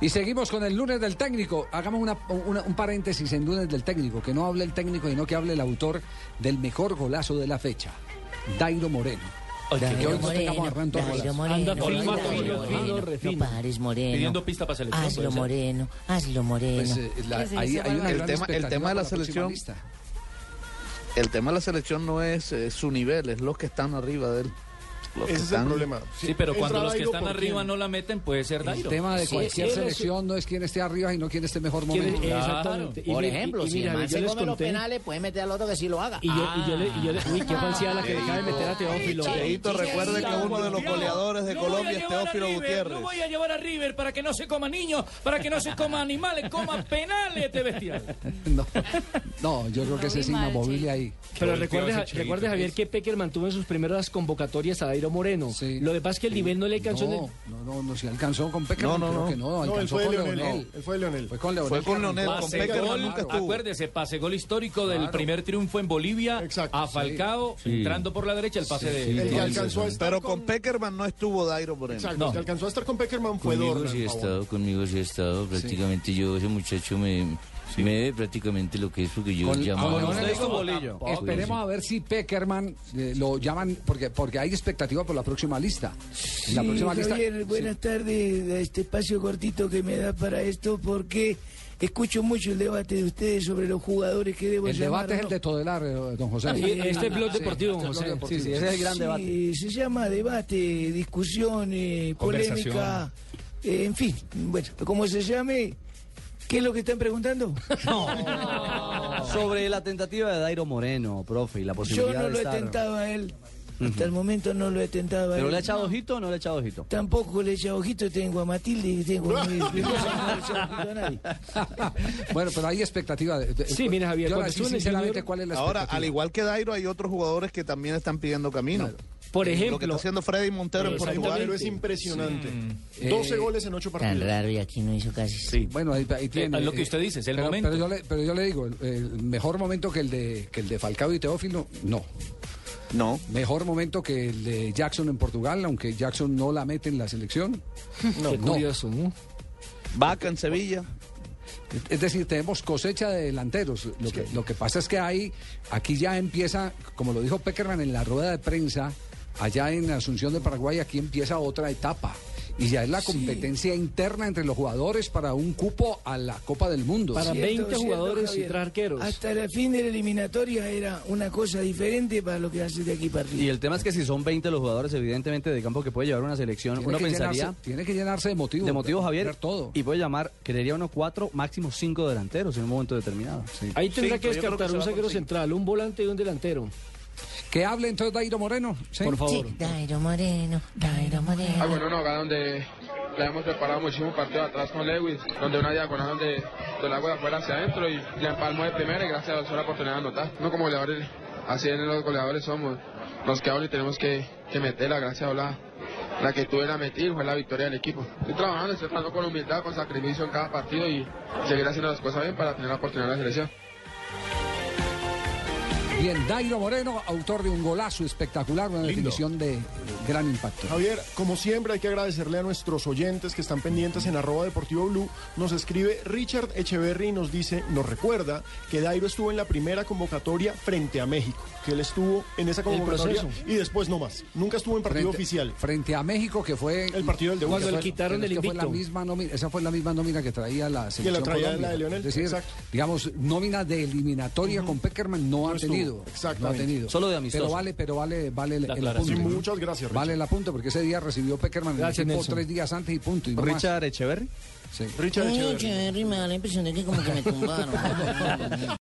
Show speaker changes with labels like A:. A: Y seguimos con el lunes del técnico. Hagamos una, una- un paréntesis en lunes del técnico. Que no hable el técnico, sino que hable el autor del mejor golazo de la fecha, Dairo Moreno.
B: Ay,
A: De
B: qué
A: que hoy no
C: Moreno,
A: tengamos arranque
C: Dairo
A: golazos.
C: Moreno,
B: Anda
C: Dairo
B: fino, fino,
C: Moreno,
B: fino,
C: Moreno,
B: refino.
C: No pares, Moreno.
B: Pidiendo pista para selección,
C: Hazlo,
B: puede ser.
C: Moreno. Hazlo, Moreno.
A: Pues, eh, la-
D: ¿Qué se
A: ahí
D: hizo,
A: hay una
D: Bárbara?
E: El
A: gran
E: tema- el
A: expectativa
E: tema de la
A: para próxima
E: selección.
A: lista.
E: El tema de la selección no es eh, su nivel, es los que están arriba de él. Los que
F: Ese es el
E: están-
F: problema.
B: Sí, pero cuando
F: Entra
B: los que
F: Dairo,
B: están
F: ¿por
B: arriba
F: quién?
B: no la meten, puede ser
A: El
B: Dairo.
A: tema de
C: Sí,
A: cualquier
G: él es-
A: selección no es quién esté arriba, sino quién esté mejor
G: ¿Quién es- Eh.
A: momento.
G: Exactamente.
C: Por
G: mi-
C: ejemplo, si el
G: mira,
C: man
G: yo
C: se
G: les
C: come los
G: conté,
C: penales, puede meter al otro que sí lo haga.
G: Y yo, y yo le, y yo le- uy, qué falsedad la que le acaba de meter a Teófilo.
E: Cheito, recuerde que uno de los goleadores de Colombia es Teófilo Gutiérrez.
B: a llevar a River para que no se coma niños, para que no se coma animales, coma penales de bestial.
A: No, no, yo creo que ese es
D: vi mal,
A: inamovible
D: Cheito.
A: ahí.
G: Pero
B: Qué
G: recuerde,
B: golpeo ese Cheito,
G: recuerde, Javier, que Pecker mantuvo en sus primeras convocatorias a Dairo Moreno.
A: Sí.
G: Lo que pasa es que el nivel no le alcanzó en el-
A: No, no, no, no, si alcanzó con Peckerman,
E: No, no,
A: creo
E: no.
A: que no,
F: No, él
A: alcanzó
F: fue de
A: con
F: Leonel.
A: Leonel.
F: Él fue de Leonel.
A: Fue con Leonel.
E: Fue con Leonel,
A: Arrancó.
E: con
B: Pase
E: Peckerman
B: gol,
E: nunca estuvo.
B: acuérdese, pase gol histórico del primer triunfo en Bolivia
F: Exacto,
B: a Falcao, entrando por la derecha el pase de...
F: El que alcanzó a estar
E: Pero con Peckerman no estuvo Dairo Moreno.
F: Exacto,
B: No.
F: el que alcanzó a estar con Peckerman fue
H: Conmigo
F: Dornan.
H: sí ha
F: Pavón.
H: estado, conmigo sí ha estado. Prácticamente yo, ese muchacho me, me debe prácticamente lo que es porque yo
A: Con-
H: llamaba.
A: con Leonel
B: Usted hizo
A: Escobar.
B: bolillo.
A: Esperemos a ver si Peckerman eh, lo llaman, porque, porque hay expectativa por la próxima lista. En la
I: Sí,
A: próxima lista.
I: Javier, buenas tardes a este espacio cortito que me da para esto porque escucho mucho el debate de ustedes sobre los jugadores que debo
A: El
I: llamar
A: debate
I: o
A: es el
I: no.
A: de Todelar, eh, don José.
G: Sí, este es blog deportivo,
A: este es
G: José.
A: blog deportivo.
G: Sí, sí,
I: Sí, se llama debate, discusión, eh, polémica, eh, en fin, bueno, como se llame, ¿qué es lo que están preguntando?
J: Sobre la tentativa de Dairo Moreno, profe, y la
I: Yo
J: posibilidad
I: no
J: de
I: lo he
J: estar...
I: tentado a él, hasta el momento no lo he tentado a él.
J: ¿Pero le ha echado ojito o no le ha echado ojito?
I: Tampoco le he echado ojito, tengo a Matilde y tengo a mi- no le he echado ojito a nadie.
A: bueno, pero hay expectativa. de- de-
G: Sí, mira, Javier,
A: Yo
G: cuando
A: ahora sí,
G: estuvo en el
A: sinceramente,
G: Junior-
A: ¿cuál es la
E: Ahora,
A: expectativa?
E: al igual que Dairo, hay otros jugadores que también están pidiendo camino.
G: Por
E: Lo que está
G: ejemplo,
E: haciendo Freddy Montero en
G: Exactamente.
E: Portugal.
F: Pero es impresionante.
A: Sí.
F: 12
A: Eh,
F: goles en 8
C: Tan
F: partidos.
C: raro y aquí no hizo casi.
A: Bueno, ahí, ahí tiene.
B: es lo que
A: eh,
B: usted dice, es el
A: pero,
B: momento.
A: Pero yo, le, pero yo le digo, el, el mejor momento que el, de, que el de Falcao y Teófilo, no.
E: No.
A: Mejor momento que el de Jackson en Portugal, aunque Jackson no la mete en la selección.
G: qué curioso. ¿no?
E: Vaca en Sevilla.
A: Es decir, tenemos cosecha de delanteros. Lo, que, lo que pasa es que ahí, aquí ya empieza, como lo dijo Peckerman en la rueda de prensa, allá en Asunción de Paraguay, aquí empieza otra etapa. Y ya es la competencia interna entre los jugadores para un cupo a la Copa del Mundo.
G: Para
A: Sí.
G: 20 jugadores y
I: Javier.
G: tres arqueros.
I: Hasta el fin de la eliminatoria era una cosa diferente para lo que hace de aquí para
J: Y
I: arriba.
J: el tema es que si son 20 los jugadores, evidentemente, de campo que puede llevar una selección,
A: Tiene
J: uno
A: que
J: pensaría...
A: llenarse- tiene que llenarse de motivos.
J: De motivo,
A: ver-
J: Javier,
A: ver todo.
J: y puede llamar, creería uno cuatro, máximo cinco delanteros en un momento determinado.
G: Ahí tendrá
E: Cinco,
G: que
E: yo creo que
G: descartar
E: se
G: un
E: va con
G: zaguero
E: cinco.
G: central, un volante y un delantero.
A: Que hable entonces Dairo Moreno. ¿sí?
J: Por favor.
C: Sí, Dairo Moreno, Dairo Moreno.
K: Ah, bueno, una jugada donde la hemos preparado muchísimo partido atrás con Lewis, donde una diagonal donde, donde la hago de afuera hacia adentro y la empalmo de primera y gracias a Dios fue la oportunidad de anotar. No como goleadores, así en los goleadores somos, nos quedamos y tenemos que, que meterla, gracias a Dios la, la que tuve la metí, fue la victoria del equipo. Estoy trabajando, estoy trabajando con humildad, con sacrificio en cada partido y seguir haciendo las cosas bien para tener la oportunidad de la selección.
A: Bien, Dairo Moreno, autor de un golazo espectacular, una definición de eh, gran impacto.
F: Javier, como siempre hay que agradecerle a nuestros oyentes que están pendientes en arroba deportivo blue. Nos escribe Richard Echeverry y nos dice, nos recuerda que Dairo estuvo en la primera convocatoria frente a México, que él estuvo en esa convocatoria
G: proceso.
F: y después no más. Nunca estuvo en partido
A: frente,
F: oficial.
A: frente a México que fue
F: El partido del debut.
A: que
F: Cuando
G: le
A: fue-
G: quitaron
A: que
G: el
A: que fue la
G: invicto.
A: misma nómina- esa fue la misma nómina que traía la selección
F: traía la
A: Colombia.
F: de Leonel,
A: es decir
F: exacto.
A: digamos nómina de eliminatoria con Peckerman no, ha
F: estuvo,
A: tenido no ha
F: exactamente.
A: tenido
J: Solo de amistoso.
A: pero vale pero vale vale el, el apunte
B: aclaración.
F: Sí, muchas gracias,
A: vale
F: Richard.
A: el apunte porque ese día recibió Peckerman en el
G: Gracias,
A: equipo
G: Nelson.
A: tres días antes y punto y no más.
J: Richard Echeverry.
A: Sí.
F: Richard
C: Uy,
F: Echeverry.
C: Echeverry, me da la impresión de que como que me tumbaron.